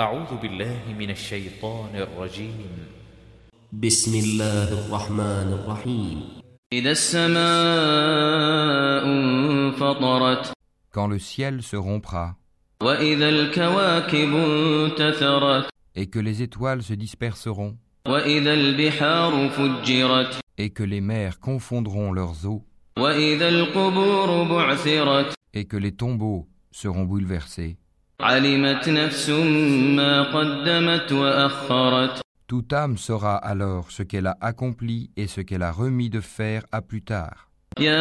أعوذ بالله من الشيطان الرجيم بسم الله الرحمن الرحيم إذا السماء انفطرت quand le ciel se rompra, وإذا الكواكب انتثرت et que les étoiles se disperseront, وإذا البحار فجرت et que les mers confondront leurs eaux, وإذا القبور بعثرت et que les tombeaux seront bouleversés. علمت نفس ما قدمت وأخرت Toute âme saura alors ce qu'elle a accompli et ce qu'elle a remis de faire à plus tard. يا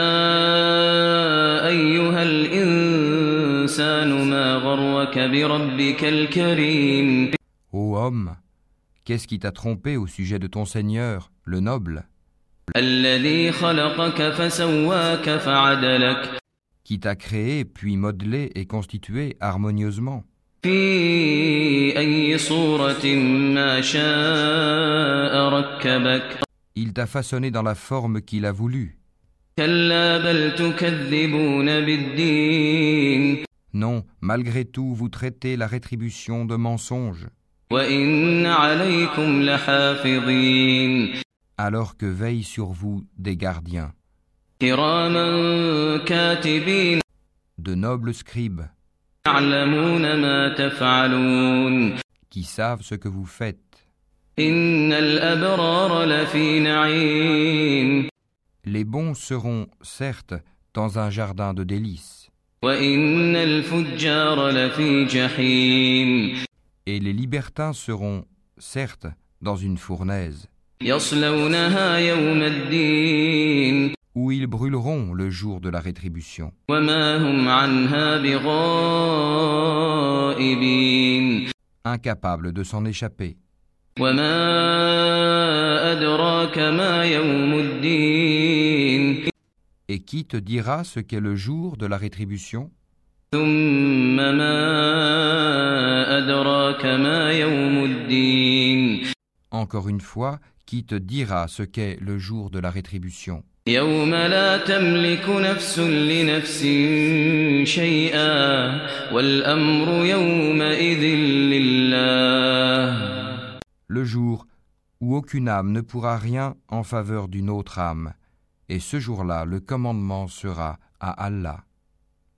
أيها الإنسان ما غرك بربك الكريم Ô homme, qu'est-ce qui t'a trompé au sujet de ton Seigneur, le noble, الذي خلقك فسواك فعدلك qui t'a créé puis modelé et constitué harmonieusement, في أي صورة ما شاء ركبك il t'a façonné dans la forme qu'il a voulu. كلا بل تكذبون بالدين Non, malgré tout, vous traitez la rétribution de mensonge. وإن عليكم لحافظين alors que veillent sur vous des gardiens, كراما كاتبين de nobles scribes, يعلمون ما تفعلون qui savent ce que vous faites. إن الأبرار لفي نعيم Les bons seront, certes, dans un jardin de délices, وإن الفجار لفي جحيم et les libertins seront, certes, dans une fournaise, يصلونها يوم الدين où ils brûleront le jour de la rétribution, وما هم عنها بغائبين incapables de s'en échapper. وما أدراك ما يوم الدين Et qui te dira ce qu'est le jour de la rétribution ثم ما أدراك ما يوم الدين Encore une fois, qui te dira ce qu'est le jour de la rétribution يوم لا تملك نفس لنفس شيئا والأمر يومئذ لله le jour où aucune âme ne pourra rien en faveur d'une autre âme, et ce jour-là le commandement sera à Allah.